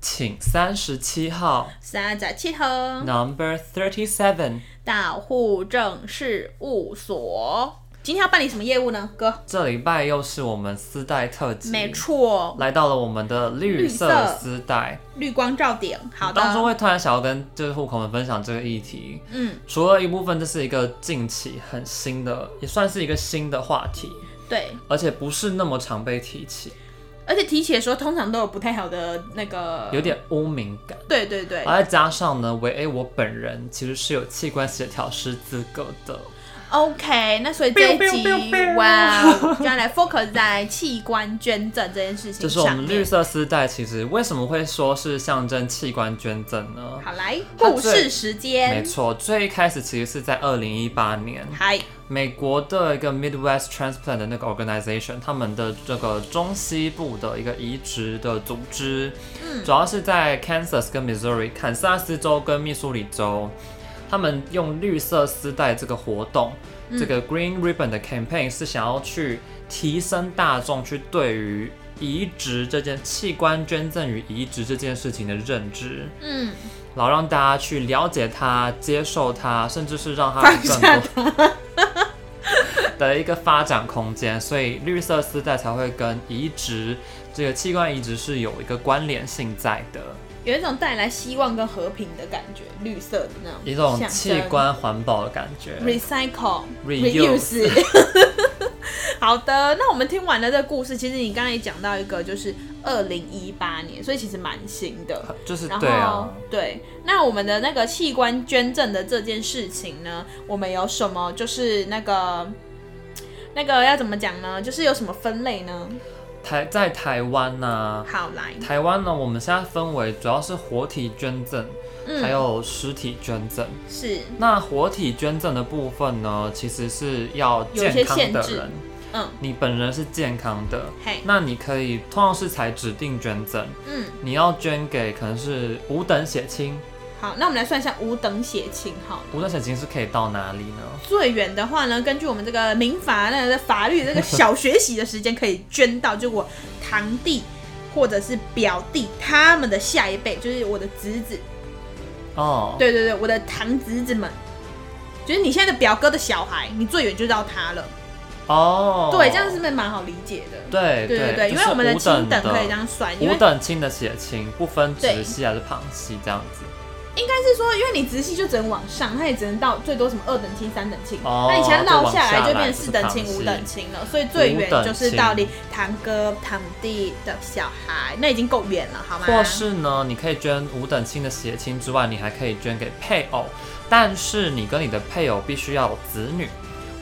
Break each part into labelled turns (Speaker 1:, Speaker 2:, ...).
Speaker 1: 请三十七号
Speaker 2: 三仔七和
Speaker 1: Number Thirty Seven
Speaker 2: 到户政事务所。今天要办理什么业务呢，哥？
Speaker 1: 这礼拜又是我们丝带特辑，
Speaker 2: 没，错，
Speaker 1: 来到了我们的绿
Speaker 2: 绿
Speaker 1: 色
Speaker 2: 色
Speaker 1: 丝带。
Speaker 2: 绿光照点。好
Speaker 1: 当初
Speaker 2: 的，
Speaker 1: 会突然想要跟就是户口们分享这个议题，
Speaker 2: 嗯，
Speaker 1: 除了一部分这是一个近期很新的，也算是一个新的话题，
Speaker 2: 对。
Speaker 1: 而且不是那么常被提起，
Speaker 2: 而且提起的时候，通常都有不太好的那个，
Speaker 1: 有点哎污名感。
Speaker 2: 对对嗯对，
Speaker 1: 而再加上呢，维 A 我本人其实是有器官协调师资格的，
Speaker 2: OK，那所以这
Speaker 1: biu
Speaker 2: 一
Speaker 1: biu
Speaker 2: 集
Speaker 1: biu，
Speaker 2: 哇，我们将来 focus 在器官捐赠这件事情
Speaker 1: 就是我
Speaker 2: 上
Speaker 1: 们绿
Speaker 2: 面。
Speaker 1: 色丝带，其实为什么会说是象征器官捐赠呢？
Speaker 2: 好，来
Speaker 1: 它
Speaker 2: 故
Speaker 1: 最
Speaker 2: 事时
Speaker 1: 没
Speaker 2: 间，
Speaker 1: 错，最一开始其实是在二零一八年，
Speaker 2: 嗨，
Speaker 1: 美国的一个 Midwest Transplant 的那个 organization，他们的这个中西部的一个移植的组织，主要是在 Kansas 跟 Missouri 堪萨斯州跟密苏里州，他们用绿色丝带这个活动，这个 Green Ribbon 的 campaign 是想要去提升大众去对于移植这件器官捐赠与移植这件事情的认知，
Speaker 2: 嗯，
Speaker 1: 然后让大家去了解它、接受它，甚至是让它有更
Speaker 2: 放下
Speaker 1: 多。
Speaker 2: 它，
Speaker 1: 的一个发展空间，所以绿色丝带才会跟移植这个器官移植是有一个关联性在的，
Speaker 2: 有一种带来希望跟和平的感觉，绿色的那种
Speaker 1: 一种
Speaker 2: 象征
Speaker 1: 器官环保的感觉。
Speaker 2: recycle
Speaker 1: Reuse
Speaker 2: reuse 好的，那我们听完了这个故事，其实你刚才也讲到一个，就是二零一八年，所以其实蛮新的。
Speaker 1: 就是
Speaker 2: 然后
Speaker 1: 对啊，
Speaker 2: 对那我们的那个器官捐赠的这件事情呢，我们有什么就是那个那个要怎么讲呢？就是有什么分类呢？
Speaker 1: 台在台湾呢、
Speaker 2: 好来，
Speaker 1: 台湾呢，我们现在分为主要是活体捐赠，还
Speaker 2: 嗯，
Speaker 1: 有实体捐赠。
Speaker 2: 是，
Speaker 1: 那活体捐赠的部分呢，其实是要
Speaker 2: 有一些
Speaker 1: 健康
Speaker 2: 限
Speaker 1: 的
Speaker 2: 制
Speaker 1: 人，
Speaker 2: 嗯，
Speaker 1: 你本人是健康的，
Speaker 2: 嘿，
Speaker 1: 那你可以通常是才指定捐赠，
Speaker 2: 嗯，
Speaker 1: 你要捐给可能是五等血亲，
Speaker 2: 好，那我们来算一下五等血亲好了
Speaker 1: 无等血亲是可以到哪里呢？
Speaker 2: 最远的话呢，根据我们这个民法那个法律这个小学习的时间，可以捐到就我堂弟或者是表弟他们的下一辈，就是我的侄子，
Speaker 1: 哦，，
Speaker 2: 对对对，我的堂侄子们，就是你现在的表哥的小孩，你最远就到他了。
Speaker 1: 哦，
Speaker 2: 对，这样是不是蛮好理解的？
Speaker 1: 对
Speaker 2: 对对
Speaker 1: 对
Speaker 2: 对，因为我们的
Speaker 1: 就是
Speaker 2: 亲
Speaker 1: 五
Speaker 2: 等
Speaker 1: 等
Speaker 2: 可以这样算，因为
Speaker 1: 五等亲的血亲不分
Speaker 2: 对
Speaker 1: 直系还是旁系这样子。
Speaker 2: 但是说，因为你直系就只能往上，它也只能到最多什么二等亲、三等亲，
Speaker 1: 哦
Speaker 2: 那你现在
Speaker 1: 就
Speaker 2: 绕下来
Speaker 1: 往下
Speaker 2: 就变
Speaker 1: 来
Speaker 2: 四等亲、
Speaker 1: 就是
Speaker 2: 五
Speaker 1: 堂
Speaker 2: 等亲了，所以最远
Speaker 1: 五等亲
Speaker 2: 就是到你堂哥、堂弟的小孩，那已经够远了，好吗？
Speaker 1: 或是呢，你可以捐五等亲的血亲之外，你还可以捐给配偶，但是你跟你的配偶必须要有子女，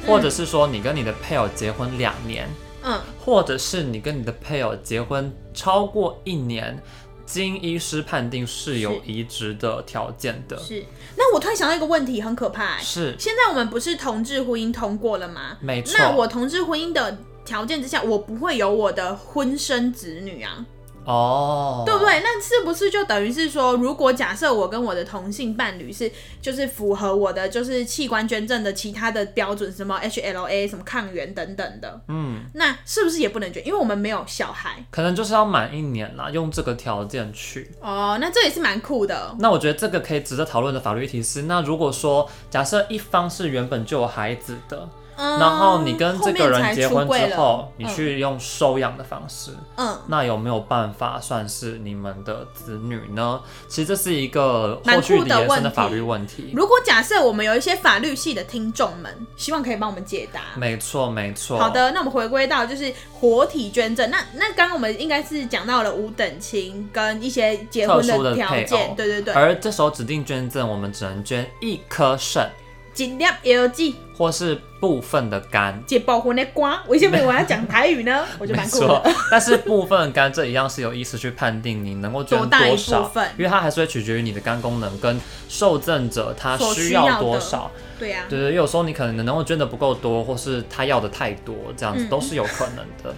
Speaker 1: 或者是说你跟你的配偶结婚两年，
Speaker 2: 嗯，
Speaker 1: 或者是你跟你的配偶结婚超过一年，经医师判定是有
Speaker 2: 是
Speaker 1: 移植的条件的，
Speaker 2: 是。那我突然想到一个问题，很可怕、欸。
Speaker 1: 是
Speaker 2: 现在我们不是同志婚姻通过了吗？
Speaker 1: 没错。
Speaker 2: 那我同志婚姻的条件之下，我不会有我的婚生子女啊。
Speaker 1: 哦，
Speaker 2: 对不？对？那是不是就等于是说，如果假设我跟我的同性伴侣是就是符合我的就是器官捐赠的其他的标准，什么 HLA、什么抗原等等的，
Speaker 1: 嗯，
Speaker 2: 那是不是也不能捐？因为我们没有小孩
Speaker 1: 可能就是要满一年啦，用这个条件去。
Speaker 2: 哦。那这也是蛮酷的，
Speaker 1: 那我觉得这个可以值得讨论的法律议题是，那如果说假设一方是原本就有孩子的，
Speaker 2: 嗯。
Speaker 1: 然后你跟这个人结婚
Speaker 2: 后面才出柜
Speaker 1: 之
Speaker 2: 了
Speaker 1: 后，你，去用收养的方式，
Speaker 2: 嗯，
Speaker 1: 那有没有办法算是你们的子女呢？其实这是一个
Speaker 2: 蛮
Speaker 1: 后续
Speaker 2: 酷的
Speaker 1: 延伸的
Speaker 2: 问
Speaker 1: 法
Speaker 2: 题
Speaker 1: 律问
Speaker 2: 嗯
Speaker 1: 题。
Speaker 2: 如果假设我们有一些法律系的听众们，希望可以帮我们解答。
Speaker 1: 没错，没错。
Speaker 2: 好，的，那我们回归到就是活体捐赠。那那刚刚我们应该是讲到了五等亲跟一些结婚
Speaker 1: 特殊的
Speaker 2: 条
Speaker 1: 配
Speaker 2: 件，
Speaker 1: 偶
Speaker 2: 对对对，
Speaker 1: 而这时候指定捐赠，我们只能捐一颗肾
Speaker 2: 尽量 L G
Speaker 1: 或是部分的肝。
Speaker 2: 解保护的瓜。为什么我要讲台语呢？我觉 得
Speaker 1: 没
Speaker 2: 蛮酷
Speaker 1: 错
Speaker 2: 的。，
Speaker 1: 但是部分肝这一样是有医师去判定你能够捐
Speaker 2: 多大一部
Speaker 1: 少，
Speaker 2: 分
Speaker 1: 因为它还是会取决于你的肝功能跟受赠者他
Speaker 2: 所需
Speaker 1: 需
Speaker 2: 要的
Speaker 1: 要多少。
Speaker 2: 对啊呀、
Speaker 1: 对对，有时候你可能能够捐的不够多，或是他要的太多，这样子
Speaker 2: 嗯
Speaker 1: 都是有可 能的。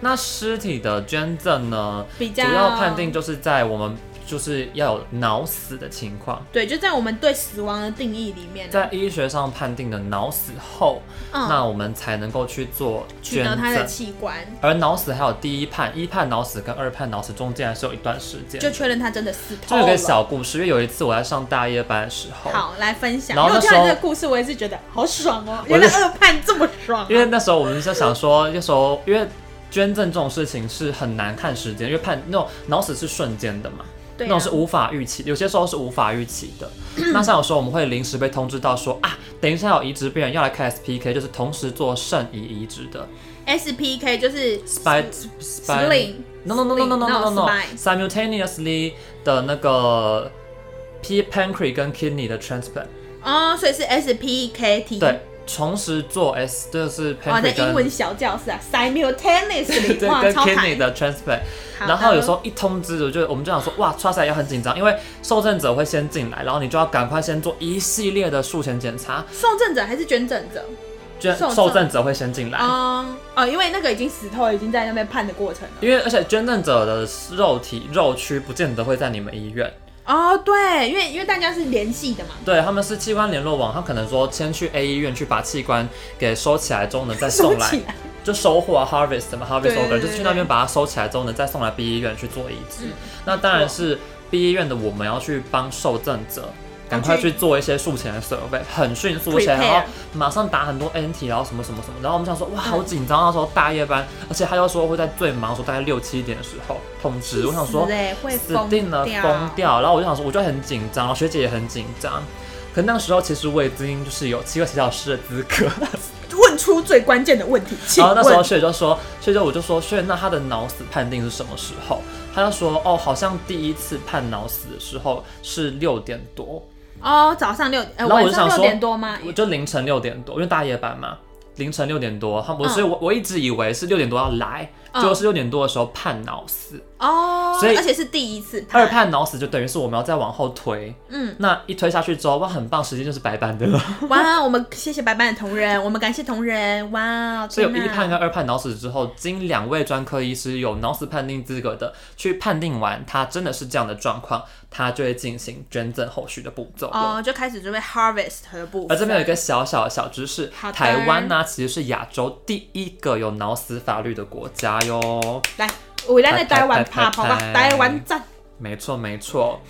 Speaker 1: 那尸体的捐赠呢，
Speaker 2: 比
Speaker 1: 主
Speaker 2: 较
Speaker 1: 要判定就是在我们就是要有脑死的情况。
Speaker 2: 对，就在我们对死亡的定义里面啊，
Speaker 1: 在医学上判定的脑死后，
Speaker 2: 嗯，
Speaker 1: 那我们才能够去做
Speaker 2: 取
Speaker 1: 捐
Speaker 2: 得他的
Speaker 1: 赠。
Speaker 2: 器官，
Speaker 1: 而脑死还有第一判、一判脑死跟二判脑死中间还是有一段时间
Speaker 2: 就
Speaker 1: 的。
Speaker 2: 确认他真的死透
Speaker 1: 就有一
Speaker 2: 了。
Speaker 1: 个小故事，因为有一次我在上大夜班的时候，
Speaker 2: 好，来分享。
Speaker 1: 然后
Speaker 2: 因为
Speaker 1: 那
Speaker 2: 我听完
Speaker 1: 时候
Speaker 2: 这个故事，我也是觉得好爽哦、
Speaker 1: 我
Speaker 2: 原
Speaker 1: 是
Speaker 2: 来二判这么爽啊、
Speaker 1: 因为那时候我们就想说，那时候因为捐赠这种事情是很难看时间，因为判那种脑死是瞬间的嘛，
Speaker 2: 对、
Speaker 1: 那种
Speaker 2: 啊，
Speaker 1: 是无法预期，有些时候是无法预期 的。那像有时候我们会临时被通知到说啊，等一下有移植病人要来开 SPK，就是同时做肾移移植的
Speaker 2: SPK 就是
Speaker 1: spy
Speaker 2: spleen
Speaker 1: spy no no no no no no no no no
Speaker 2: spine
Speaker 1: simultaneously 的那个 p pancreas 跟 kidney 的 transplant，
Speaker 2: 哦，所以是 SPKT。
Speaker 1: 对，同时做 S 就是 p a
Speaker 2: 哇，
Speaker 1: n
Speaker 2: 那
Speaker 1: c r e
Speaker 2: 英
Speaker 1: a 跟
Speaker 2: 文小教室啊，simultaneously，
Speaker 1: 对
Speaker 2: 哇，
Speaker 1: 跟
Speaker 2: 超
Speaker 1: kidney
Speaker 2: 惨。
Speaker 1: 的 transplant。
Speaker 2: 好
Speaker 1: 然后有
Speaker 2: 的
Speaker 1: 时候一通知，我就我们就想说，哇，刷起来也很紧张，因为受赠者会先进来，然后你就要赶快先做一系列的术前检查，
Speaker 2: 受呃赠者还是捐赠者？
Speaker 1: 捐
Speaker 2: 受
Speaker 1: 受
Speaker 2: 赠
Speaker 1: 赠者会先进来。
Speaker 2: 嗯，哦，因为那个已经死透了，已经在那边判的过程了。
Speaker 1: 因为而且捐赠者的肉体肉区不见得会在你们医院，
Speaker 2: 哦，对，因为因为大家是联系的嘛，
Speaker 1: 对，他们是器官联络网，他可能说先去 A 医院去把器官给收起来之后呢，再
Speaker 2: 收
Speaker 1: 送来
Speaker 2: 起来。
Speaker 1: 就收获啊 harvest 嘛
Speaker 2: 对
Speaker 1: harvest
Speaker 2: 对
Speaker 1: organ，
Speaker 2: 对
Speaker 1: 就是去那边把它收起来之后呢，再送来 B 医院去做移植。
Speaker 2: 嗯
Speaker 1: 那当然是 B 医院的，我们要去帮受赠者。赶快去做一些术前的设备，很迅速，而且
Speaker 2: Prepare
Speaker 1: 然后马上打很多 NT，然后什么什么什么，然后我们想说，哇，好紧张！那时候大夜班，而且他又说会在最忙的时候，大概六七点的时候通知。我想说
Speaker 2: 气死，欸会
Speaker 1: 死
Speaker 2: 疯
Speaker 1: 定了，疯掉。然后我就想说，我就很紧张，学姐也很紧张。可那个时候其实我已经就是有七个小师的资格，
Speaker 2: 问出最关键的问题，请
Speaker 1: 然后
Speaker 2: 问
Speaker 1: 哦那时候学姐就说，学姐我就说，学姐那她的脑死判定是什么时候？她就说，哦，好像第一次判脑死的时候是六点多，
Speaker 2: 哦，早上六，呃，
Speaker 1: 然后我
Speaker 2: 晚
Speaker 1: 就
Speaker 2: 上
Speaker 1: 想
Speaker 2: 六
Speaker 1: 说
Speaker 2: 点多吗？
Speaker 1: 我就凌晨六点多，因为大夜班嘛，凌晨六点多，他我
Speaker 2: 嗯
Speaker 1: 所以我我一直以为是六点多要来，
Speaker 2: 嗯
Speaker 1: 结果是六点多的时候判脑死，
Speaker 2: 哦，
Speaker 1: 所以
Speaker 2: 而且是第一次判
Speaker 1: 二判脑死就等于是我们要再往后推，
Speaker 2: 嗯，
Speaker 1: 那一推下去之后，哇，很棒，时间就是白班的了。
Speaker 2: 哇，我们谢谢白班的同仁，我们感谢同仁，哇，
Speaker 1: 所以有
Speaker 2: 天
Speaker 1: 一
Speaker 2: 哪
Speaker 1: 判跟二判脑死之后，经两位专科医师有脑死判定资格的，去判定完他真的是这样的状况，他就会进行捐赠后续的步骤了。
Speaker 2: 哦，就开始准备 harvest 的部分。
Speaker 1: 而啊这边有一个小小的小知识
Speaker 2: 好，的
Speaker 1: 台湾呢、其实是亚洲第一个有脑死法律的国家哟。
Speaker 2: 来，我来在台湾
Speaker 1: 拍
Speaker 2: 趴，
Speaker 1: 拍
Speaker 2: 好吧，
Speaker 1: 拍
Speaker 2: 台湾站
Speaker 1: 没错，没错。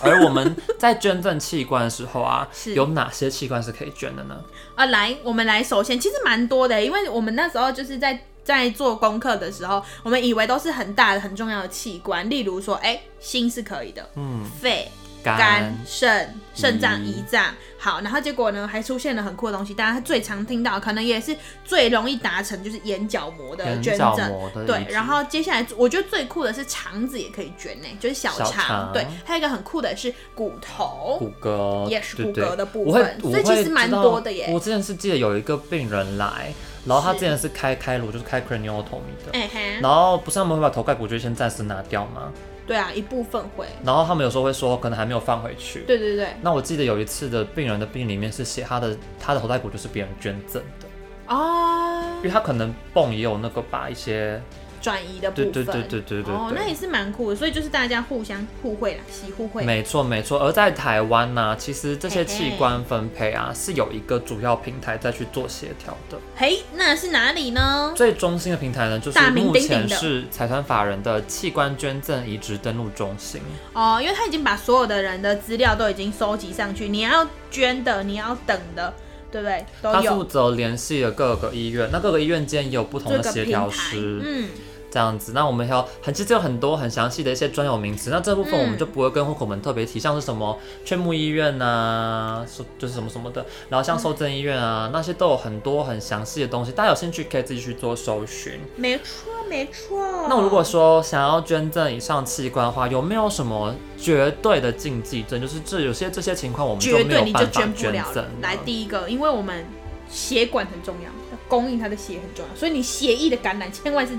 Speaker 1: 而我 们在捐赠器官的时候啊
Speaker 2: 是，
Speaker 1: 有哪些器官是可以捐的呢？
Speaker 2: 啊，来，我们来，首先其实蛮多的，因为我们那时候就是在。在做功课的时候，我们以为都是很大的、很重要的器官，例如说，哎、心是可以的，
Speaker 1: 嗯，
Speaker 2: 肺、肝
Speaker 1: 肝、、
Speaker 2: 肾、肾脏、
Speaker 1: 胰
Speaker 2: 胰脏。好，然后结果呢，还出现了很酷的东西，大家最常听到，可能也是最容易达成，就是眼角膜的
Speaker 1: 眼
Speaker 2: 捐
Speaker 1: 角
Speaker 2: 赠。
Speaker 1: 膜的移
Speaker 2: 对，
Speaker 1: 植
Speaker 2: 然后接下来我觉得最酷的是肠子也可以捐呢、就是小
Speaker 1: 小肠
Speaker 2: 对，还有一个很酷的是骨头，
Speaker 1: 骨骼
Speaker 2: 也是
Speaker 1: 对
Speaker 2: 骨
Speaker 1: 对
Speaker 2: 骼的部
Speaker 1: 我会
Speaker 2: 分，，
Speaker 1: 我
Speaker 2: 所以其
Speaker 1: 会
Speaker 2: 实蛮
Speaker 1: 知道
Speaker 2: 多的耶。
Speaker 1: 我之前是记得有一个病人来，然后他
Speaker 2: 是
Speaker 1: 之前是开开颅，就是开 craniotomy 的。
Speaker 2: 哎嘿，
Speaker 1: 然后不是他们会把头盖骨就先暂时拿掉吗？
Speaker 2: 对啊，一部分会，
Speaker 1: 然后他们有时候会说可能还没有放回去。
Speaker 2: 对对对，
Speaker 1: 那我记得有一次的病人的病里面是写他的他的头盖骨就是别人捐赠的，
Speaker 2: 哦
Speaker 1: 因，为他可能泵也有那个把一些
Speaker 2: 转移的部
Speaker 1: 对
Speaker 2: 分，
Speaker 1: 对对对对对
Speaker 2: 哦，那
Speaker 1: 对。
Speaker 2: 也是蛮酷的，所以就是大家互相互惠啦，喜互惠，
Speaker 1: 没错没错，而在台湾呢、其实这些
Speaker 2: 嘿
Speaker 1: 器
Speaker 2: 嘿
Speaker 1: 官分配啊是有一个主要平台再去做协调的。
Speaker 2: 嘿，那是哪里呢？
Speaker 1: 最中心的平台呢，就是
Speaker 2: 大名
Speaker 1: 目
Speaker 2: 鼎鼎的
Speaker 1: 前是财团法人的器官捐赠移植登录中心。
Speaker 2: 哦，因为他已经把所有的人的资料都已经收集上去，你要捐的，你要等的，对不对？都
Speaker 1: 他负
Speaker 2: 有
Speaker 1: 责联系了各个医院，那各个医院间也有不同
Speaker 2: 这
Speaker 1: 的
Speaker 2: 个
Speaker 1: 协
Speaker 2: 平
Speaker 1: 调
Speaker 2: 台，
Speaker 1: 师，
Speaker 2: 嗯，
Speaker 1: 这样子。那我们还有很其实有很多很详细的一些专有名词，那这部分
Speaker 2: 嗯
Speaker 1: 我们就不会跟户口们特别提，像是什么劝募医院呐、啊，就是什么什么的，然后
Speaker 2: 嗯
Speaker 1: 像受赠医院啊，那些都有很多很详细的东西，大家有兴趣可以自己去做搜寻。
Speaker 2: 没错没错。
Speaker 1: 那我如果说想要捐赠以上器官的话，有没有什么绝对的禁忌症？就是这有些这些情况我们就
Speaker 2: 绝
Speaker 1: 没
Speaker 2: 对
Speaker 1: 有
Speaker 2: 你就
Speaker 1: 办法
Speaker 2: 捐不
Speaker 1: 捐
Speaker 2: 了
Speaker 1: 赠
Speaker 2: 了。来，
Speaker 1: 一
Speaker 2: 第一个，因为我们血管很重要，要供应他的血很重要，所以你血液的感染千万是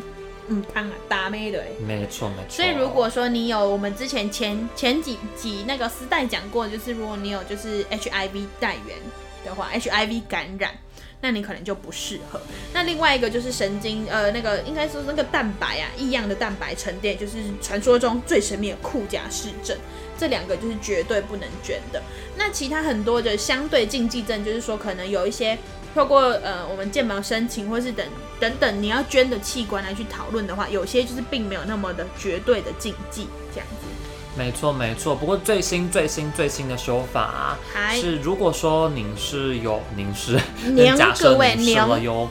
Speaker 2: 嗯汤啊打妹的欸。
Speaker 1: 没错没错。
Speaker 2: 所以如果说你有我们之前前前几集那个丝带讲过，就是如果你有就是 HIV 带源的话，HIV 感染，那你可能就不适合。那另外一个就是神经，呃，那个应该说是那个蛋白啊，异样的蛋白沉淀，就是传说中最神秘的库甲氏症，这两个就是绝对不能捐的。那其他很多的相对禁忌症，就是说可能有一些透过呃我们健保申请，或是等等等你要捐的器官来去讨论的话，有些就是并没有那么的绝对的禁忌这样子。
Speaker 1: 没错没错，不过最新最新最新的修法、啊
Speaker 2: 还
Speaker 1: 是，如果说您是有您是
Speaker 2: 娘
Speaker 1: 假设
Speaker 2: 各位
Speaker 1: 您是了
Speaker 2: 娘
Speaker 1: 有，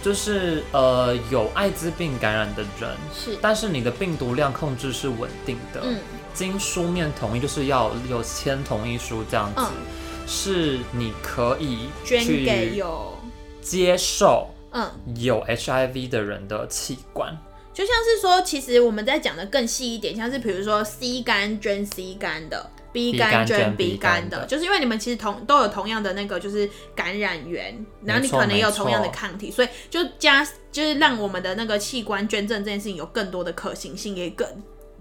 Speaker 1: 就是呃有艾滋病感染的人，
Speaker 2: 是，
Speaker 1: 但是你的病毒量控制是稳定的，
Speaker 2: 嗯
Speaker 1: 经书面同意就是要有签同意书这样子，
Speaker 2: 嗯，
Speaker 1: 是你可以
Speaker 2: 捐给
Speaker 1: 去
Speaker 2: 有，
Speaker 1: 接受
Speaker 2: 嗯。
Speaker 1: 有 HIV 的人的器官。
Speaker 2: 就像是说，其实我们在讲的更细一点，像是比如说 C 肝捐 C 肝的，B 肝
Speaker 1: 肝
Speaker 2: 捐
Speaker 1: 捐
Speaker 2: B
Speaker 1: B
Speaker 2: 肝
Speaker 1: 肝
Speaker 2: 的，
Speaker 1: 的
Speaker 2: 就是因为你们其实同都有同样的那个就是感染源，然后你
Speaker 1: 没错
Speaker 2: 可能也有
Speaker 1: 没错
Speaker 2: 同样的抗体，所以就加就是让我们的那个器官捐赠这件事情有更多的可行性，也更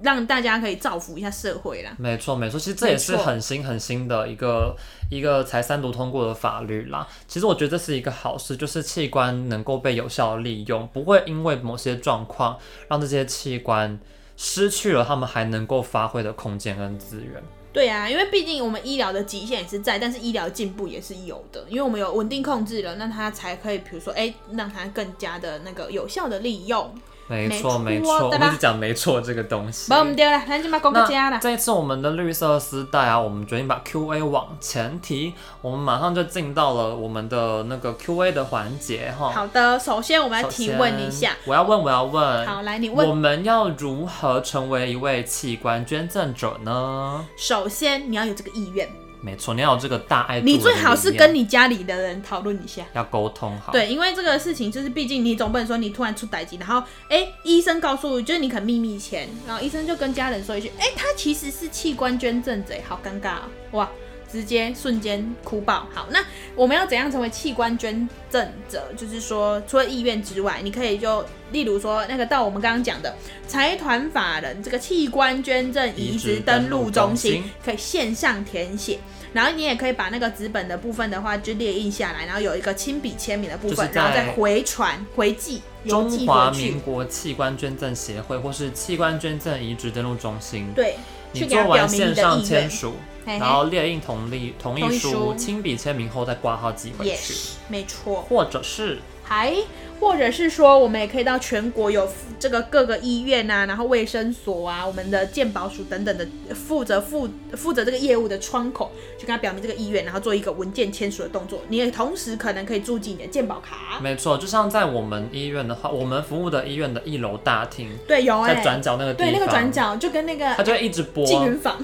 Speaker 2: 让大家可以造福一下社会啦。
Speaker 1: 没错，没错，其实这
Speaker 2: 没
Speaker 1: 也是
Speaker 2: 错
Speaker 1: 很新很新的一个一个才三读通过的法律啦。其实我觉得这是一个好事，就是器官能够被有效地利用，不会因为某些状况让这些器官失去了他们还能够发挥的空间跟资源。
Speaker 2: 对啊，因为毕竟我们医疗的极限也是在，但是医疗进步也是有的，因为我们有稳定控制了，那它才可以，比如说，哎、让它更加的那个有效的利用。
Speaker 1: 没
Speaker 2: 没
Speaker 1: 错，
Speaker 2: 错
Speaker 1: 没错，我
Speaker 2: 对吧
Speaker 1: 们一直讲没错这个东西
Speaker 2: 不，。我们丢哦了，咱就把公家
Speaker 1: 那。
Speaker 2: 啦
Speaker 1: 这一次我们的绿色丝带啊，我们决定把 Q&A 往前提，我们马上就进到了我们的那个 Q&A 的环节哈。
Speaker 2: 好的，首先我们
Speaker 1: 首
Speaker 2: 要提
Speaker 1: 先
Speaker 2: 问一下。，
Speaker 1: 我要问，我要问，
Speaker 2: 好，来你
Speaker 1: 我
Speaker 2: 问。
Speaker 1: 们要如何成为一位器官捐赠者呢？
Speaker 2: 首先你要有这个意愿，
Speaker 1: 没错，你要有这个大爱，
Speaker 2: 你最好是跟
Speaker 1: 你
Speaker 2: 你家里的人讨论一下。
Speaker 1: 要沟通好。，
Speaker 2: 对，因为这个事情就是，毕竟你总不能说你突然出歹疾，然后哎、医生告诉就是你可能秘密前，然后医生就跟家人说一句，哎、他其实是器官捐赠者，好尴尬、哦，哇，直接瞬间哭爆。好，那我们要怎样成为器官捐赠者？就是说，除了意愿之外，你可以就例如说那个到我们刚刚讲的财团法人这个器官捐赠移
Speaker 1: 移
Speaker 2: 植
Speaker 1: 植
Speaker 2: 登
Speaker 1: 登录
Speaker 2: 录中
Speaker 1: 中
Speaker 2: 心
Speaker 1: 心，
Speaker 2: 可以线上填写。然后你也可以把那个纸本的部分的话就列印下来，然后有一个亲笔签名的部
Speaker 1: 就
Speaker 2: 分，
Speaker 1: 是在
Speaker 2: 然后再回传回寄邮
Speaker 1: 中
Speaker 2: 寄
Speaker 1: 华
Speaker 2: 回去
Speaker 1: 民。国器官捐赠协会或是器官捐赠移植登录中心，
Speaker 2: 对，去
Speaker 1: 你
Speaker 2: 给他
Speaker 1: 做
Speaker 2: 表
Speaker 1: 完
Speaker 2: 明你
Speaker 1: 线
Speaker 2: 的
Speaker 1: 上
Speaker 2: 意愿
Speaker 1: 签。署，
Speaker 2: 嘿嘿
Speaker 1: 然后列印同意同
Speaker 2: 同意
Speaker 1: 意
Speaker 2: 书
Speaker 1: 书，亲笔签名后再挂号寄回去，
Speaker 2: yes，没错。
Speaker 1: 或者是
Speaker 2: 还或者是说，我们也可以到全国有这个各个医院啊，然后卫生所啊，我们的健保署等等的负责负负责这个业务的窗口，去跟他表明这个意愿，然后做一个文件签署的动作。你也同时可能可以注记你的健保卡。
Speaker 1: 没错，就像在我们医院的话，我们服务的医院的一楼大厅，
Speaker 2: 对，有哎、
Speaker 1: 在转角那个地
Speaker 2: 对
Speaker 1: 方，
Speaker 2: 那个转，角就跟那个
Speaker 1: 它就啊会一直播
Speaker 2: 缙云坊。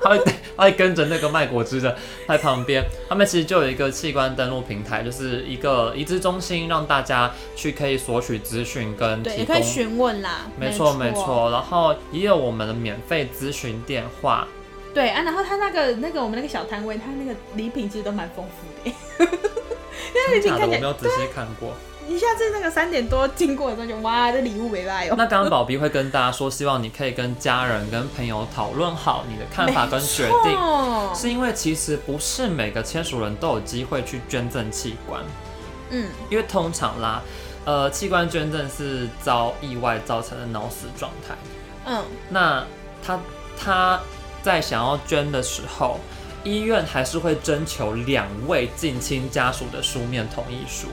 Speaker 1: 他会他会跟着那个卖果汁的在旁边，他们其实就有一个器官登录平台，就是一个移植中心，让大家去可以索取资讯跟
Speaker 2: 对，
Speaker 1: 提
Speaker 2: 也
Speaker 1: 供
Speaker 2: 可以。询问啦。
Speaker 1: 没
Speaker 2: 错
Speaker 1: 错没。错，然后也有我们的免费咨询电话，
Speaker 2: 对啊，然后他那个那个我们那个小摊位，他那个礼品其实都蛮丰富的 耶。那
Speaker 1: 真
Speaker 2: 礼品
Speaker 1: 假的
Speaker 2: 看
Speaker 1: 我
Speaker 2: 起
Speaker 1: 没
Speaker 2: 来，啊
Speaker 1: 有仔细看过。
Speaker 2: 你下次那个三点多经过的时候就哇，这礼物没赖哦。
Speaker 1: 那刚刚宝碧会跟大家说，希望你可以跟家人跟朋友讨论好你的看法跟决定，
Speaker 2: 哦，
Speaker 1: 是因为其实不是每个签署人都有机会去捐赠器官。
Speaker 2: 嗯，
Speaker 1: 因为通常啦，呃，器官捐赠是遭意外造成的脑死状态。
Speaker 2: 嗯，
Speaker 1: 那他他在想要捐的时候，医院还是会征求两位近亲家属的书面同意书。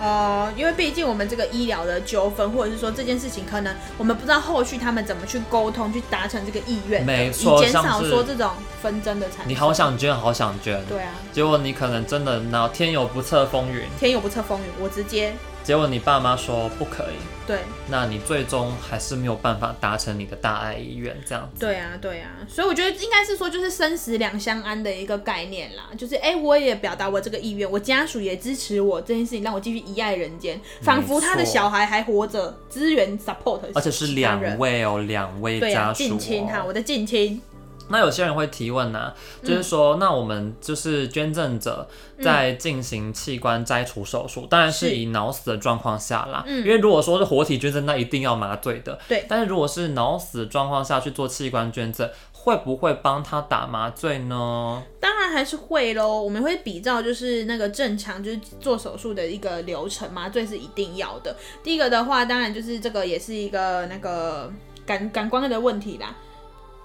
Speaker 2: 哦，因为毕竟我们这个医疗的纠纷，或者是说这件事情，可能我们不知道后续他们怎么去沟通，去达成这个意愿，
Speaker 1: 没
Speaker 2: 以
Speaker 1: 错，
Speaker 2: 减
Speaker 1: 像
Speaker 2: 少说
Speaker 1: 是
Speaker 2: 这种纷争的产生。
Speaker 1: 你好想捐，好想捐，
Speaker 2: 对啊，
Speaker 1: 结果你可能真的然后天有不测风云，
Speaker 2: 天有不测风云，我直接
Speaker 1: 结果你爸妈说不可以，
Speaker 2: 对
Speaker 1: 那你最终还是没有办法达成你的大爱意愿，这样子。
Speaker 2: 对啊，对啊，所以我觉得应该是说，就是生死两相安的一个概念啦。就是哎、我也表达我这个意愿，我家属也支持我这件事情，让我继续遗爱人间，仿佛他的
Speaker 1: 没错
Speaker 2: 小孩还活着，资源 support，
Speaker 1: 而且是
Speaker 2: 其他
Speaker 1: 两
Speaker 2: 人
Speaker 1: 位哦，两位
Speaker 2: 对啊，
Speaker 1: 家
Speaker 2: 嗯
Speaker 1: 属、
Speaker 2: 近
Speaker 1: 哦。
Speaker 2: 亲哈，我的近亲，
Speaker 1: 那有些人会提问呢、啊就是说，那我们就是捐赠者在进行器官摘除手术，当然是
Speaker 2: 是
Speaker 1: 以脑死的状况下啦，
Speaker 2: 嗯
Speaker 1: 因为如果说是活体捐赠，那一定要麻醉的，
Speaker 2: 对
Speaker 1: 但是如果是脑死状况下去做器官捐赠，会不会帮他打麻醉呢？
Speaker 2: 当然还是会喽，我们会比照就是那个正常就是做手术的一个流程，麻醉是一定要的。第一个的话，当然就是这个也是一个那个感感官的问题啦，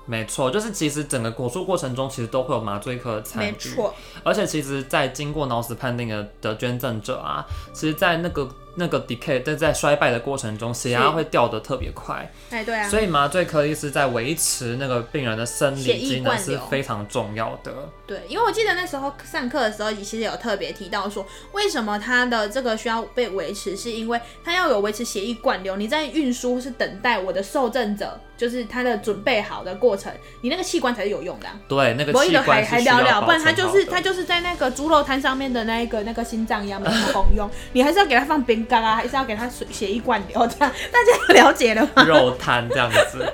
Speaker 1: 没错，就是其实整个手术过程中，其实都会有麻醉科的参与。
Speaker 2: 没错，
Speaker 1: 而且其实，在经过脑死判定的的捐赠者啊，其实，在那个那个 decay 在在衰败的过程中，血压
Speaker 2: 是
Speaker 1: 会掉得特别快，
Speaker 2: 哎对啊，
Speaker 1: 所以麻醉科医师在维持那个病人的生
Speaker 2: 血
Speaker 1: 理
Speaker 2: 液
Speaker 1: 机能
Speaker 2: 灌
Speaker 1: 是
Speaker 2: 流
Speaker 1: 非常重要的。
Speaker 2: 对，因为我记得那时候上课的时候，其实有特别提到说，为什么它的这个需要被维持，是因为它要有维持血液灌流。你在运输是等待我的受赠者，就是他的准备好的过程，你那个器官才是有用的、啊。
Speaker 1: 对，那个
Speaker 2: 博弈
Speaker 1: 器
Speaker 2: 的还
Speaker 1: 官是
Speaker 2: 还
Speaker 1: 需要
Speaker 2: 聊聊，
Speaker 1: 保
Speaker 2: 不然他
Speaker 1: 存
Speaker 2: 就
Speaker 1: 好
Speaker 2: 是
Speaker 1: 的
Speaker 2: 他就是在那个猪肉摊上面的那一个那个心脏一样没有功用，你还是要给他放冰缸啊，还是要给他水血液灌流这样，大家了解了吗？
Speaker 1: 肉摊这样子。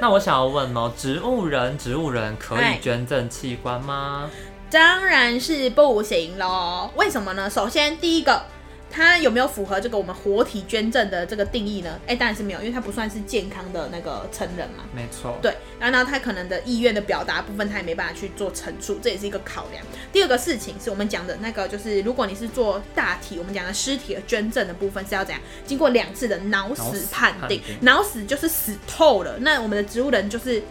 Speaker 1: 那我想要问哦，植物人，植物人可
Speaker 2: 哎
Speaker 1: 以捐赠器官吗？
Speaker 2: 当然是不行喽。为什么呢？首先第一个，它有没有符合这个我们活体捐赠的这个定义呢？哎、当然是没有，因为它不算是健康的那个成人嘛。
Speaker 1: 没错，
Speaker 2: 对，然后他可能的意愿的表达部分，他也没办法去做陈述，这也是一个考量。第二个事情是我们讲的那个，就是如果你是做大体，我们讲的尸体的捐赠的部分是要怎样？经过两次的脑
Speaker 1: 脑
Speaker 2: 死
Speaker 1: 死
Speaker 2: 判
Speaker 1: 判
Speaker 2: 定
Speaker 1: 定，
Speaker 2: 脑死就是死透了。那我们的植物人就是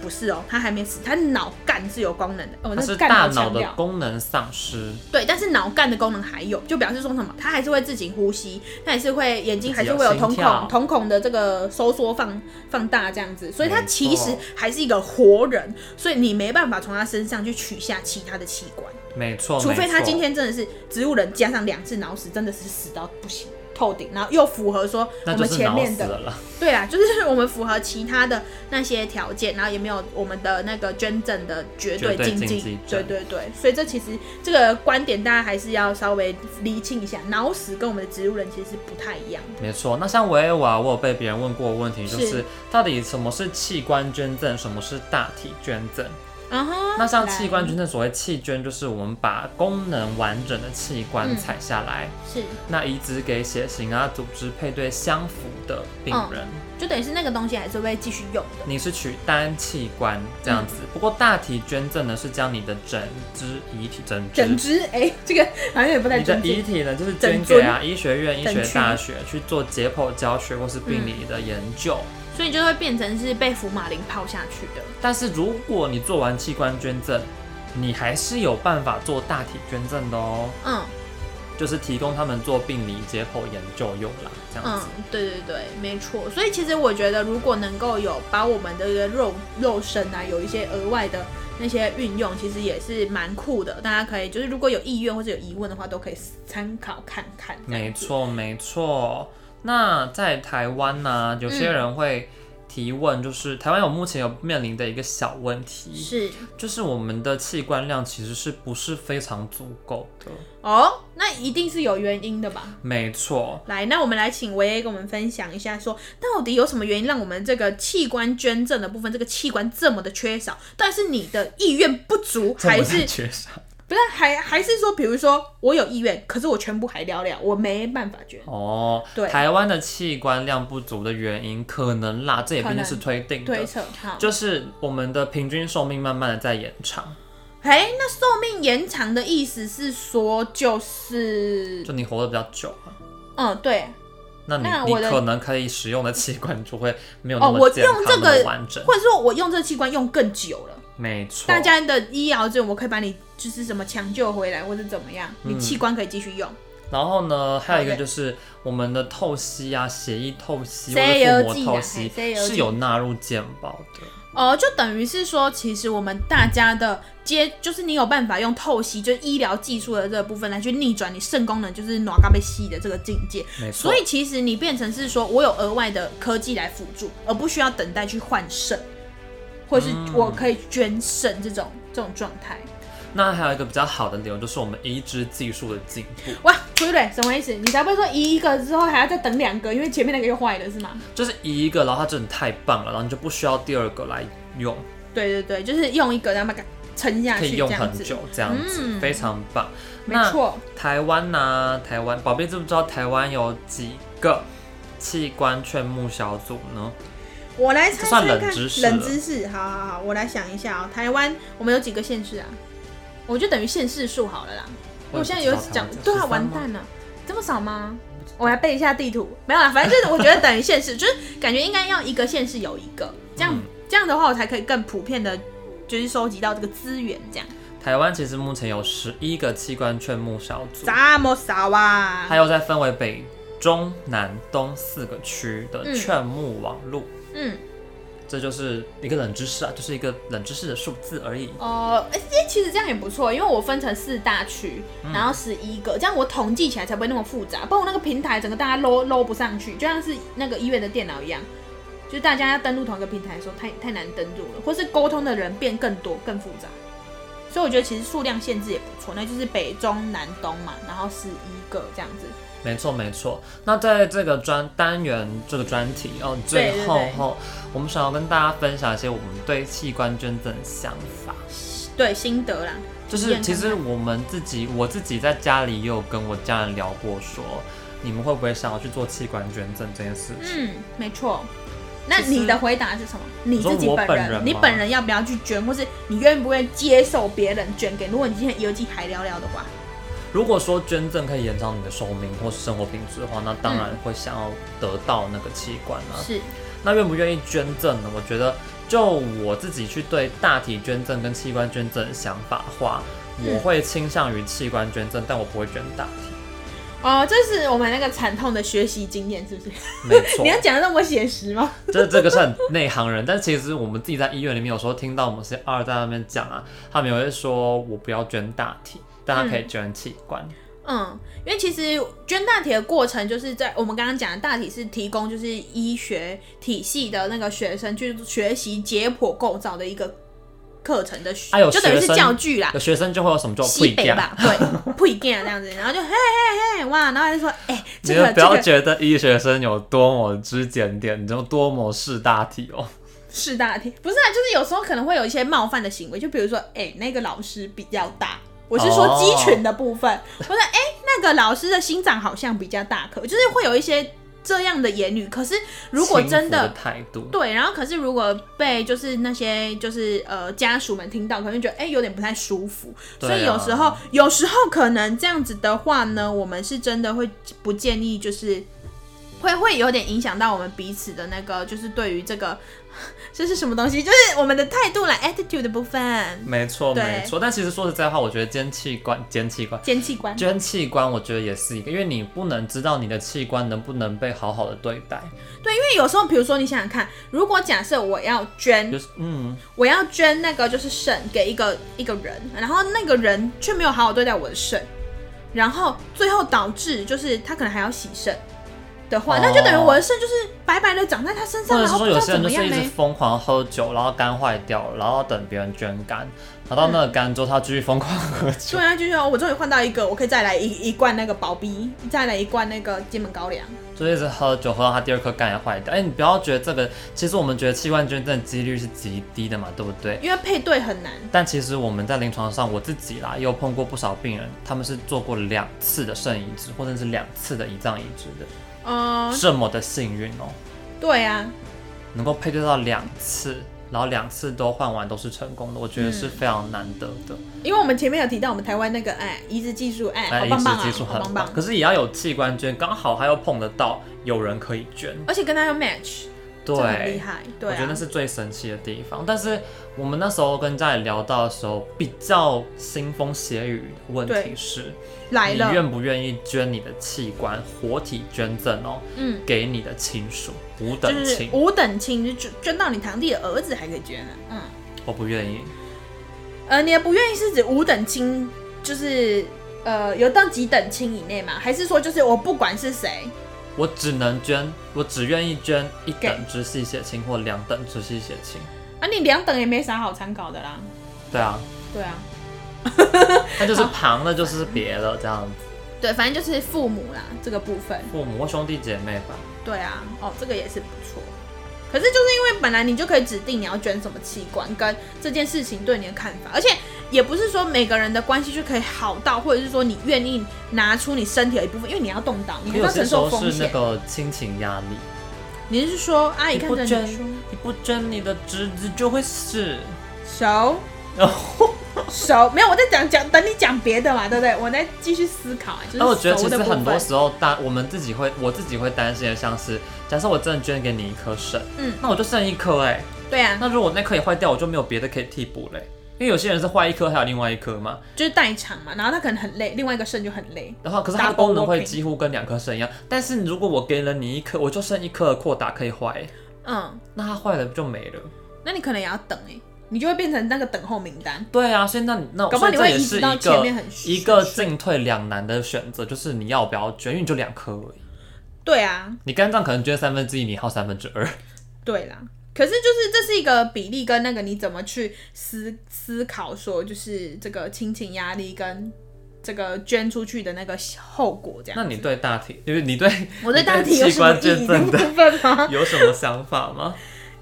Speaker 2: 不是哦，他还没死，他脑干是有功能的。哦，
Speaker 1: 它
Speaker 2: 那
Speaker 1: 是
Speaker 2: 干
Speaker 1: 大
Speaker 2: 好
Speaker 1: 脑
Speaker 2: 强
Speaker 1: 的
Speaker 2: 调。
Speaker 1: 功能丧失，
Speaker 2: 对，但是脑干的功能还有，就表示说什么，它还是会自己呼吸，它还是会眼睛还是会有
Speaker 1: 自
Speaker 2: 瞳
Speaker 1: 己有心跳
Speaker 2: 孔，瞳孔的这个收缩放放大这样子，所以它
Speaker 1: 没错
Speaker 2: 其实还是一个活人，所以你没办法从它身上去取下其他的器官，
Speaker 1: 没错，
Speaker 2: 除非
Speaker 1: 哦没
Speaker 2: 它
Speaker 1: 错
Speaker 2: 今天真的是植物人加上两次脑死，真的是死到不行透顶，然后又符合说我
Speaker 1: 那就
Speaker 2: 们
Speaker 1: 是
Speaker 2: 前
Speaker 1: 脑
Speaker 2: 面
Speaker 1: 死
Speaker 2: 的
Speaker 1: 了啦，
Speaker 2: 对啦，就是我们符合其他的那些条件，然后也没有我们的那个捐赠的绝
Speaker 1: 绝
Speaker 2: 对
Speaker 1: 对
Speaker 2: 禁
Speaker 1: 禁
Speaker 2: 忌。
Speaker 1: 忌
Speaker 2: 对
Speaker 1: 症
Speaker 2: 对对，所以这其实这个观点大家还是要稍微厘清一下，脑死跟我们的植物人其实是不太一样的。
Speaker 1: 没错。那像维瓦，我有被别人问过的问题，就是是到底什么是器官捐赠，什么是大体捐赠？
Speaker 2: 啊哈，
Speaker 1: 那像
Speaker 2: 来
Speaker 1: 器官捐赠，所谓器捐，就是我们把功能完整的器官
Speaker 2: 嗯
Speaker 1: 采下来，
Speaker 2: 是
Speaker 1: 那移植给血型啊、组织配对相符的病
Speaker 2: 嗯
Speaker 1: 人。
Speaker 2: 就等于是那个东西还是会继续用的。
Speaker 1: 你是取单器官这样子，
Speaker 2: 嗯
Speaker 1: 不过大体捐赠呢是将你的整只遗体整只
Speaker 2: 整只哎、这个好像也不太
Speaker 1: 你的
Speaker 2: 尊
Speaker 1: 遗
Speaker 2: 敬。
Speaker 1: 体呢就是
Speaker 2: 整
Speaker 1: 捐给啊医学院、医
Speaker 2: 整嗯
Speaker 1: 学
Speaker 2: 区
Speaker 1: 大学去做解剖教学或是病理的研究。
Speaker 2: 所以就会变成是被福马林泡下去的。
Speaker 1: 但是如果你做完器官捐赠，你还是有办法做大体捐赠的哦，
Speaker 2: 嗯
Speaker 1: 就是提供他们做病理解剖研究用啦，这样
Speaker 2: 嗯
Speaker 1: 子。，
Speaker 2: 对对对，没错。所以其实我觉得，如果能够有把我们的这个肉肉身啊，有一些额外的那些运用，其实也是蛮酷的。大家可以就是如果有意愿或者有疑问的话，都可以参考看看。
Speaker 1: 没，错，没错。那在台湾呢、有些
Speaker 2: 嗯
Speaker 1: 人会提问，就是、台湾有目前有面临的一个小问题，
Speaker 2: 是
Speaker 1: 就是我们的器官量其实是不是非常足够的？
Speaker 2: 哦，那一定是有原因的吧。
Speaker 1: 没错，
Speaker 2: 来，那我们来请维 A 跟我们分享一下说到底有什么原因让我们这个器官捐赠的部分，这个器官这么的缺少？但是你的意愿不足，还
Speaker 1: 这么
Speaker 2: 是
Speaker 1: 大缺少
Speaker 2: 不是，还还是说，比如说我有意愿，可是我全部还聊聊，我没办法捐。
Speaker 1: 哦。
Speaker 2: 对
Speaker 1: 台湾的器官量不足的原因，可能啦，这也
Speaker 2: 可
Speaker 1: 毕
Speaker 2: 能
Speaker 1: 竟是推定
Speaker 2: 推
Speaker 1: 的，
Speaker 2: 测好，
Speaker 1: 就是我们的平均寿命慢慢的在延长，
Speaker 2: 哎、那寿命延长的意思是说，就是
Speaker 1: 就你活得比较久啊。
Speaker 2: 嗯，对，
Speaker 1: 那你
Speaker 2: 那
Speaker 1: 你
Speaker 2: 我的
Speaker 1: 可能可以使用的器官就会没有那
Speaker 2: 哦，我
Speaker 1: 么健
Speaker 2: 用
Speaker 1: 康、
Speaker 2: 这
Speaker 1: 那么
Speaker 2: 个
Speaker 1: 完整，
Speaker 2: 或者说我用这器官用更久了，
Speaker 1: 没错。
Speaker 2: 大家的医疗资源我可以把你就是什么抢救回来，或者怎么样，你
Speaker 1: 嗯
Speaker 2: 器官可以继续用。
Speaker 1: 然后呢，还有一个
Speaker 2: 好的
Speaker 1: 就是我们的透析啊，血液透析或者
Speaker 2: 西游
Speaker 1: 腹
Speaker 2: 记
Speaker 1: 膜
Speaker 2: 啊
Speaker 1: 透
Speaker 2: 嘿
Speaker 1: 析
Speaker 2: 西游记
Speaker 1: 是有纳入健保的，
Speaker 2: 哦、就等于是说，其实我们大家的接，就是你有办法用透析，就是医疗技术的这个部分来去逆转你肾功能就是脑干被吸的这个境界。
Speaker 1: 没错
Speaker 2: 所。以其实你变成是说我有额外的科技来辅助，而不需要等待去换肾，或是
Speaker 1: 嗯
Speaker 2: 我可以捐肾这种这种状态。
Speaker 1: 那还有一个比较好的理由就是我们移植技术的进步，
Speaker 2: 哇，对不对？什么意思？你才不会说移一个之后还要再等两个，因为前面那个又坏了是吗？
Speaker 1: 就是移一个，然后它真的太棒了，然后你就不需要第二个来用，
Speaker 2: 对对对，就是用一个然后把它撑下
Speaker 1: 可
Speaker 2: 去
Speaker 1: 以
Speaker 2: 这
Speaker 1: 用
Speaker 2: 样
Speaker 1: 很
Speaker 2: 子。
Speaker 1: 久，这样子、
Speaker 2: 嗯
Speaker 1: 非常棒。
Speaker 2: 没
Speaker 1: 那
Speaker 2: 错，
Speaker 1: 台湾呢、台湾宝贝知不知道台湾有几个器官劝募小组呢？
Speaker 2: 我来猜
Speaker 1: 这算
Speaker 2: 猜
Speaker 1: 冷
Speaker 2: 看，
Speaker 1: 知识
Speaker 2: 冷
Speaker 1: 了
Speaker 2: 知识，好好好，我来想一下啊、台湾我们有几个县市啊？我就等于县市数好了啦。我现在有讲，对啊，完蛋
Speaker 1: 了。
Speaker 2: 了，这么少吗？我来背一下地图，没有啦，啊反正就是我觉 得等于县市，就是感觉应该要一个县市有一个，这样、
Speaker 1: 嗯
Speaker 2: 这样的话我才可以更普遍的，就是收集到这个资源，这样
Speaker 1: 台湾其实目前有十一个器官劝募小组，
Speaker 2: 这么少啊
Speaker 1: 它？又再分为北、中、南、东四个区的
Speaker 2: 嗯
Speaker 1: 劝募网路。
Speaker 2: 嗯，
Speaker 1: 这就是一个冷知识啊，就是一个冷知识的数字而已。
Speaker 2: 哦、呃，诶其实这样也不错，因为我分成四大区，然后十一个，这样我统计起来才不会那么复杂，不然我那个平台整个大家搂搂不上去，就像是那个医院的电脑一样，就是大家要登录同一个平台的时候太太难登录了，或是沟通的人变更多更复杂，所以我觉得其实数量限制也不错，那就是北中南东嘛，然后十一个这样子，
Speaker 1: 没错没错。那在这个专单元这个专题哦，最
Speaker 2: 对对
Speaker 1: 后
Speaker 2: 对
Speaker 1: 后我们想要跟大家分享一些我们对器官捐赠的想法。
Speaker 2: 对，心得啦，
Speaker 1: 就是
Speaker 2: 验
Speaker 1: 其
Speaker 2: 看
Speaker 1: 实
Speaker 2: 看
Speaker 1: 我们自己，我自己在家里也有跟我家人聊过说。你们会不会想要去做器官捐赠这件事情？
Speaker 2: 嗯，没错。那
Speaker 1: 其实
Speaker 2: 你的回答是什么？你
Speaker 1: 说
Speaker 2: 自己
Speaker 1: 我
Speaker 2: 本
Speaker 1: 本
Speaker 2: 人，
Speaker 1: 人
Speaker 2: 你
Speaker 1: 吗
Speaker 2: 本人要不要去捐，或是你愿不愿意接受别人捐给？如果你今天有几海聊聊的话，
Speaker 1: 如果说捐赠可以延长你的寿命或是生活品质的话，那当然会想要得到那个器官啊。
Speaker 2: 是
Speaker 1: 那愿不愿意捐赠呢？我觉得，就我自己去对大体捐赠跟器官捐赠的想法的话，
Speaker 2: 嗯
Speaker 1: 我会倾向于器官捐赠，但我不会捐大体。
Speaker 2: 哦，这是我们那个惨痛的学习经验，是不是？
Speaker 1: 没 错
Speaker 2: 你，要讲的那么写实吗？
Speaker 1: 这这个是很内行人，但其实我们自己在医院里面有时候听到我们是二在那边讲啊，他们也会说我不要捐大体，但他可以捐器官。
Speaker 2: 嗯，因为其实捐大体的过程，就是在我们刚刚讲的大体是提供就是医学体系的那个学生去学习解剖构造的一个课程的学，
Speaker 1: 啊有
Speaker 2: 就等于
Speaker 1: 学
Speaker 2: 是
Speaker 1: 生
Speaker 2: 教具啦
Speaker 1: 有。学生就会有什么叫
Speaker 2: 西北
Speaker 1: 掉，
Speaker 2: 吧，对，不一 定这样子，然后就嘿嘿嘿哇，然后他就说，哎、
Speaker 1: 你
Speaker 2: 这
Speaker 1: 们
Speaker 2: 个
Speaker 1: 不
Speaker 2: 这
Speaker 1: 要
Speaker 2: 个
Speaker 1: 觉得医学生有多么知检点，你就多么识大体哦。
Speaker 2: 是大题，不是啊，就是有时候可能会有一些冒犯的行为，就比如说，哎、那个老师比较大，我是说
Speaker 1: 哦
Speaker 2: 肌群的 部分，我说，哎、那个老师的心脏好像比较大颗，就是会有一些这样的言语，可是如果
Speaker 1: 轻
Speaker 2: 真
Speaker 1: 浮
Speaker 2: 的
Speaker 1: 的态度，
Speaker 2: 对，然后可是如果被就是那些就是呃家属们听到，可能就觉得哎、有点不太舒服，
Speaker 1: 对
Speaker 2: 所以有时候
Speaker 1: 啊
Speaker 2: 有时候可能这样子的话呢，我们是真的会不建议就是。会会有点影响到我们彼此的那个，就是对于这个 这是什么东西，就是我们的态度啦，attitude 的部分，
Speaker 1: 没错
Speaker 2: 对
Speaker 1: 没错。但其实说实在话，我觉得捐器官、捐器官、
Speaker 2: 尖器官。
Speaker 1: 捐器官，我觉得也是一个，因为你不能知道你的器官能不能被好好的对待，
Speaker 2: 对，因为有时候，比如说你想想看，如果假设我要捐
Speaker 1: 就是嗯。
Speaker 2: 我要捐那个就是肾给一个一个人，然后那个人却没有好好对待我的肾，然后最后导致就是他可能还要洗肾的话，
Speaker 1: 哦
Speaker 2: 那就等于我的肾就是白白的长在他身
Speaker 1: 或
Speaker 2: 上，
Speaker 1: 者
Speaker 2: 然
Speaker 1: 是
Speaker 2: 后不
Speaker 1: 说，有
Speaker 2: 知道
Speaker 1: 些
Speaker 2: 怎
Speaker 1: 人
Speaker 2: 么
Speaker 1: 就
Speaker 2: 样
Speaker 1: 是一直
Speaker 2: 呢？
Speaker 1: 疯狂喝酒，然后肝坏掉，然后等别人捐肝，拿
Speaker 2: 嗯
Speaker 1: 到那个肝之后，他继续疯狂喝酒。
Speaker 2: 对啊，就是说我终于换到一个，我可以再来一一罐那个薄冰，再来一罐那个金门高粱。
Speaker 1: 就一直喝酒，喝到他第二颗肝也坏掉。哎、你不要觉得这个，其实我们觉得器官捐赠的几率是极低的嘛，对不对？
Speaker 2: 因为配对很难，
Speaker 1: 但其实我们在临床上，我自己啦，也有碰过不少病人，他们是做过两次的肾移植，或者是两次的胰脏移植的，
Speaker 2: 嗯、
Speaker 1: 这么的幸运哦、
Speaker 2: 对啊，
Speaker 1: 能够配对到两次，然后两次都换完都是成功的，我觉得是非常难得的。
Speaker 2: 因为我们前面有提到我们台湾那个哎移植技术哎，
Speaker 1: 哎，
Speaker 2: 嗯好
Speaker 1: 移
Speaker 2: 棒
Speaker 1: 植
Speaker 2: 棒啊，
Speaker 1: 技术
Speaker 2: 好棒
Speaker 1: 很
Speaker 2: 棒
Speaker 1: 棒，，可是也要有器官捐，刚好还要碰得到有人可以捐，
Speaker 2: 而且跟他要 match，
Speaker 1: 对，
Speaker 2: 这很厉害，对、啊，
Speaker 1: 我觉得那是最神奇的地方。但是我们那时候跟家里聊到的时候，比较腥风血雨的问题
Speaker 2: 对
Speaker 1: 是，
Speaker 2: 来
Speaker 1: 你
Speaker 2: 了，
Speaker 1: 愿不愿意捐你的器官，活体捐赠哦，
Speaker 2: 嗯，
Speaker 1: 给你的亲属无
Speaker 2: 就
Speaker 1: 等
Speaker 2: 是
Speaker 1: 亲？
Speaker 2: 五等亲，就捐捐到你堂弟的儿子还可以捐啊。嗯，
Speaker 1: 我不愿意。
Speaker 2: 呃，你的不愿意是指五等亲，就是呃有到几等亲以内吗？还是说就是我不管是谁？
Speaker 1: 我只能捐，我只愿意捐一
Speaker 2: 给
Speaker 1: 等直系血亲或两等直系血亲。
Speaker 2: 啊，你两等也没啥好参考的啦。
Speaker 1: 对啊，
Speaker 2: 对啊，
Speaker 1: 那就是旁的，就是别的这样子，
Speaker 2: 对，反正就是父母啦这个部分。
Speaker 1: 父母或兄弟姐妹吧。
Speaker 2: 对啊，哦，这个也是不错。可是就是因为本来你就可以指定你要捐什么器官，跟这件事情对你的看法，而且也不是说每个人的关系就可以好到，或者是说你愿意拿出你身体的一部分，因为你要动刀，你
Speaker 1: 可
Speaker 2: 还是要
Speaker 1: 有些
Speaker 2: 承
Speaker 1: 时
Speaker 2: 受
Speaker 1: 候
Speaker 2: 风
Speaker 1: 是那
Speaker 2: 险。
Speaker 1: 个亲情压力，
Speaker 2: 你是说阿姨
Speaker 1: 你
Speaker 2: 看
Speaker 1: 不
Speaker 2: 着你
Speaker 1: 捐
Speaker 2: 说，
Speaker 1: 你不捐你的侄子就会死。
Speaker 2: 熟
Speaker 1: 然后，
Speaker 2: 熟没有，我在讲讲等你讲别的嘛，对不对？我在继续思考、哎
Speaker 1: 那我觉得
Speaker 2: 就
Speaker 1: 其
Speaker 2: 是熟
Speaker 1: 实
Speaker 2: 的部
Speaker 1: 很
Speaker 2: 分。
Speaker 1: 多时候担我们自己会，我自己会担心的，像是假设我真的捐给你一颗肾，
Speaker 2: 嗯，
Speaker 1: 那我就剩一颗哎、
Speaker 2: 对啊，
Speaker 1: 那如果那颗也坏掉，我就没有别的可以替补嘞、因为有些人是坏一颗还有另外一颗嘛，
Speaker 2: 就是代偿嘛，然后他可能很累，另外一个肾就很累。
Speaker 1: 然后可是它
Speaker 2: Double
Speaker 1: 功能会
Speaker 2: working
Speaker 1: 几乎跟两颗肾一样，但是如果我给了你一颗，我就剩一颗的扩打可以坏、
Speaker 2: 嗯，
Speaker 1: 那它坏了就没了。
Speaker 2: 那你可能也要等哎、你就会变成那个等候名单。
Speaker 1: 对啊，所以那你那
Speaker 2: 搞不
Speaker 1: 所
Speaker 2: 好
Speaker 1: 以
Speaker 2: 你
Speaker 1: 这
Speaker 2: 会
Speaker 1: 也
Speaker 2: 移
Speaker 1: 是
Speaker 2: 植
Speaker 1: 一
Speaker 2: 到前
Speaker 1: 个
Speaker 2: 面很
Speaker 1: 一个
Speaker 2: 顺
Speaker 1: 进退两难的选择，就是你要不要捐，因为你就两颗而已。
Speaker 2: 对啊，
Speaker 1: 你肝脏可能捐三分之一，你耗三分之二。
Speaker 2: 对啦。可是就是这是一个比例跟那个你怎么去思思考说，就是这个亲情压力跟这个捐出去的那个后果这样。
Speaker 1: 那你对大体，就是你对
Speaker 2: 我对大
Speaker 1: 你对
Speaker 2: 体有
Speaker 1: 器
Speaker 2: 什么
Speaker 1: 官
Speaker 2: 意
Speaker 1: 捐
Speaker 2: 义的
Speaker 1: 赠
Speaker 2: 部
Speaker 1: 的？
Speaker 2: 分吗
Speaker 1: 有什么想法吗？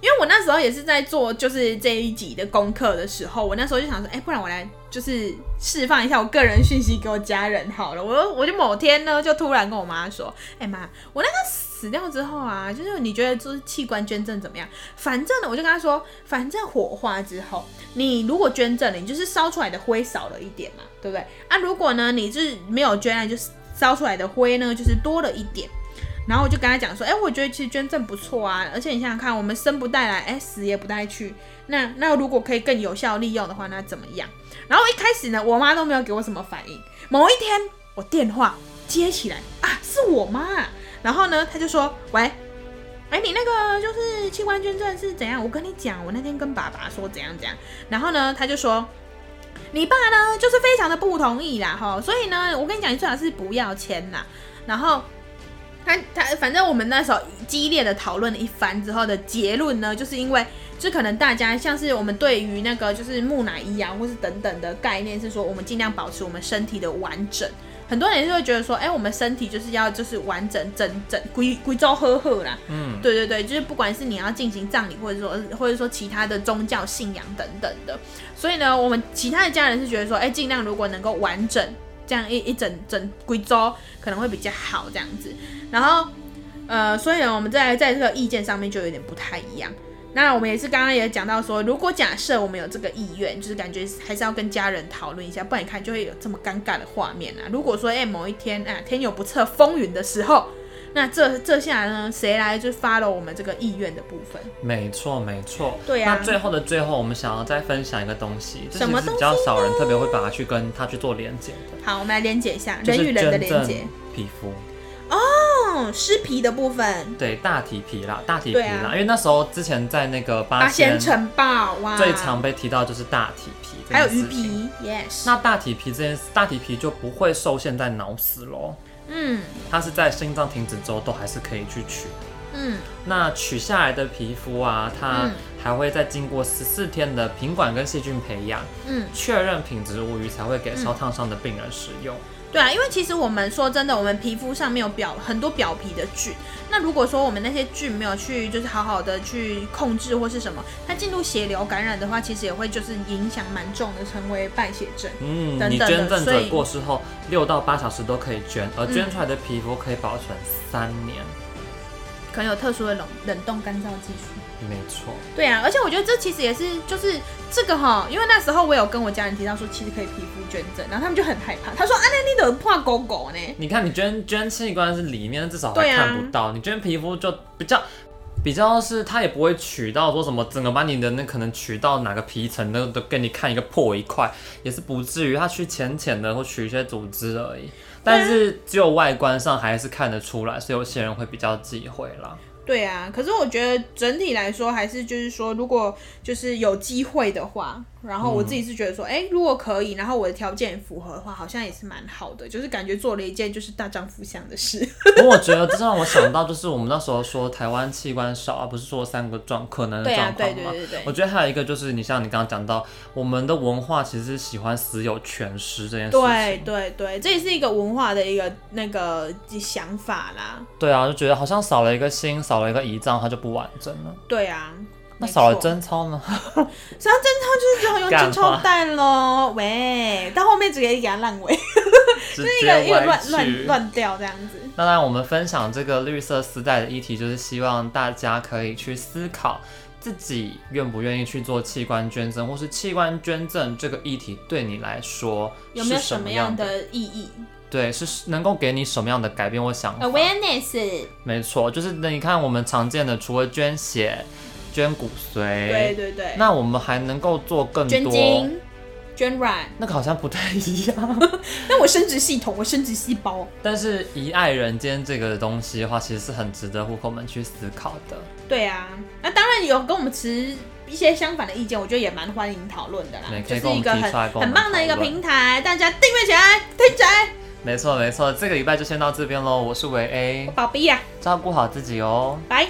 Speaker 2: 因为我那时候也是在做就是这一集的功课的时候，我那时候就想说，哎、不然我来就是释放一下我个人讯息给我家人好了。我就我就某天呢，就突然跟我妈说，哎、妈，我那个死掉之后啊，就是你觉得就是器官捐赠怎么样？反正呢，我就跟她说，反正火化之后，你如果捐赠了，你就是烧出来的灰少了一点嘛，对不对？啊，如果呢你是没有捐啊，你就是烧出来的灰呢就是多了一点。然后我就跟他讲说，哎、我觉得其实捐赠不错啊，而且你想想看，我们生不带来，哎、死也不带去，那那如果可以更有效利用的话，那怎么样？然后一开始呢，我妈都没有给我什么反应。某一天，我电话接起来啊，是我妈啊，然后呢，她就说，喂。哎，你那个就是器官捐赠是怎样？我跟你讲，我那天跟爸爸说怎样怎样，然后呢，他就说，你爸呢就是非常的不同意啦，哈，所以呢，我跟你讲，你最好是不要签啦。然后他他反正我们那时候激烈的讨论了一番之后的结论呢，就是因为就可能大家像是我们对于那个就是木乃伊啊，或是等等的概念是说，我们尽量保持我们身体的完整。很多人就会觉得说，哎、我们身体就是要就是完整整整规规周呵呵啦，
Speaker 1: 嗯，
Speaker 2: 对对对，就是不管是你要进行葬礼，或者说或者说其他的宗教信仰等等的，所以呢，我们其他的家人是觉得说，哎，尽量如果能够完整，这样一一整整规周可能会比较好这样子。然后，呃，所以呢，我们在在这个意见上面就有点不太一样。那我们也是刚刚也讲到说，如果假设我们有这个意愿，就是感觉还是要跟家人讨论一下，不然你看就会有这么尴尬的画面啊。如果说哎、某一天啊天有不测风云的时候，那这这下呢谁来就 follow 我们这个意愿的部分？
Speaker 1: 没错没错。
Speaker 2: 对啊
Speaker 1: 那最后的最后，我们想要再分享一个东西，这
Speaker 2: 什
Speaker 1: 其
Speaker 2: 么
Speaker 1: 实比较少人特别会把它去跟它去做连接的，
Speaker 2: 好，我们来连接一下
Speaker 1: 就
Speaker 2: 人
Speaker 1: 是
Speaker 2: 与人的
Speaker 1: 捐
Speaker 2: 连
Speaker 1: 赠
Speaker 2: 接。
Speaker 1: 皮肤。
Speaker 2: 嗯，尸皮的部分，
Speaker 1: 对，大体皮啦，大体皮
Speaker 2: 对
Speaker 1: 啦，
Speaker 2: 啊
Speaker 1: 因为那时候之前在那个八
Speaker 2: 八仙
Speaker 1: 仙
Speaker 2: 城堡哇，
Speaker 1: 最常被提到就是大体皮，
Speaker 2: 还有鱼。皮，yes，
Speaker 1: 那大体皮这件事，大体皮就不会受限在脑死咯，
Speaker 2: 嗯
Speaker 1: 它是在心脏停止之后都还是可以去取。
Speaker 2: 嗯
Speaker 1: 那取下来的皮肤啊，它
Speaker 2: 嗯
Speaker 1: 还会再经过十四天的品管跟细菌培养，
Speaker 2: 嗯，
Speaker 1: 确认品质无虞，才会给烧烫伤的病人使用。
Speaker 2: 对啊，因为其实我们说真的，我们皮肤上面有表很多表皮的菌，那如果说我们那些菌没有去就是好好的去控制或是什么，它进入血流感染的话，其实也会就是影响蛮重的，成为败血症。
Speaker 1: 嗯，
Speaker 2: 等
Speaker 1: 你
Speaker 2: 等的
Speaker 1: 捐赠
Speaker 2: 所
Speaker 1: 者
Speaker 2: 以
Speaker 1: 过世后六到八小时都可以捐，而捐
Speaker 2: 嗯
Speaker 1: 出来的皮肤可以保存三年。
Speaker 2: 可能有特殊的冷冷冻干燥技术。
Speaker 1: 没错，
Speaker 2: 对啊，而且我觉得这其实也是就是这个哈，因为那时候我有跟我家人提到说，其实可以皮肤捐赠，然后他们就很害怕，他说啊，那你怎么怕狗狗呢？
Speaker 1: 你看你捐捐器官是里面，至少还
Speaker 2: 对啊
Speaker 1: 看不到；你捐皮肤就比较。比较是，它也不会取到说什么，整个把你的那可能取到哪个皮层都都给你看一个破一块，也是不至于它去浅浅的或取一些组织而 已。但是只有外观上还是看得出来，所以有些人会比较忌讳 啦。
Speaker 2: 对啊，可是我觉得整体来说，还是就是说，如果就是有机会的话，然后我自己是觉得说，哎、如果可以，然后我的条件也符合的话，好像也是蛮好的，就是感觉做了一件就是大丈夫想的事。
Speaker 1: 不过我觉得这让我想到，就是我们那时候说台湾器官少，而不是说三个状可能的
Speaker 2: 对啊
Speaker 1: 状，况
Speaker 2: 对
Speaker 1: 嘛。
Speaker 2: 对对对
Speaker 1: 我
Speaker 2: 对，
Speaker 1: 觉得还有一个就是，你像你刚刚讲到，我们的文化其实是喜欢死有全尸这件事情。
Speaker 2: 对对对，这也是一个文化的一个那个想法啦。
Speaker 1: 对啊，就觉得好像少了一个心，少了一个胰脏，它就不完整了。
Speaker 2: 对啊，
Speaker 1: 那少了
Speaker 2: 没错
Speaker 1: 贞操 呢？
Speaker 2: 只要贞操就是只好用
Speaker 1: 干
Speaker 2: 贞操
Speaker 1: 话
Speaker 2: 蛋喽。喂，到后面直接给它烂尾，
Speaker 1: 直
Speaker 2: 一
Speaker 1: 接
Speaker 2: 个一个
Speaker 1: 歪
Speaker 2: 乱
Speaker 1: 曲
Speaker 2: 乱。乱掉这样子。
Speaker 1: 那当然，我们分享这个绿色丝带的议题，就是希望大家可以去思考自己愿不愿意去做器官捐赠，或是器官捐赠这个议题对你来说
Speaker 2: 有没有
Speaker 1: 是什么
Speaker 2: 样
Speaker 1: 样的？
Speaker 2: 的意义
Speaker 1: 对，是能够给你什么样的改变或想法？
Speaker 2: ？Awareness，
Speaker 1: 没错，就是你看我们常见的，除了捐血、捐骨
Speaker 2: 对
Speaker 1: 髓，
Speaker 2: 对对，
Speaker 1: 那我们还能够做更
Speaker 2: 捐
Speaker 1: 多。
Speaker 2: 精、捐卵，
Speaker 1: 那个好像不太一样。
Speaker 2: 那我生殖系统，我生殖细胞，
Speaker 1: 但是“一爱人间”这个东西的话，其实是很值得户口们去思考的。
Speaker 2: 对啊，那当然有跟我们持一些相反的意见，我觉得也蛮欢迎讨论的啦
Speaker 1: 对，
Speaker 2: 就
Speaker 1: 可以
Speaker 2: 是
Speaker 1: 跟我
Speaker 2: 一
Speaker 1: 们
Speaker 2: 个
Speaker 1: 提出来
Speaker 2: 很
Speaker 1: 跟我
Speaker 2: 很
Speaker 1: 们
Speaker 2: 棒的一个
Speaker 1: 讨论
Speaker 2: 平台，大家订阅起来，听起来，
Speaker 1: 没错没错，这个礼拜就先到这边喽。我是维 A，
Speaker 2: 我宝贝呀，啊
Speaker 1: 照顾好自己哦。
Speaker 2: 拜。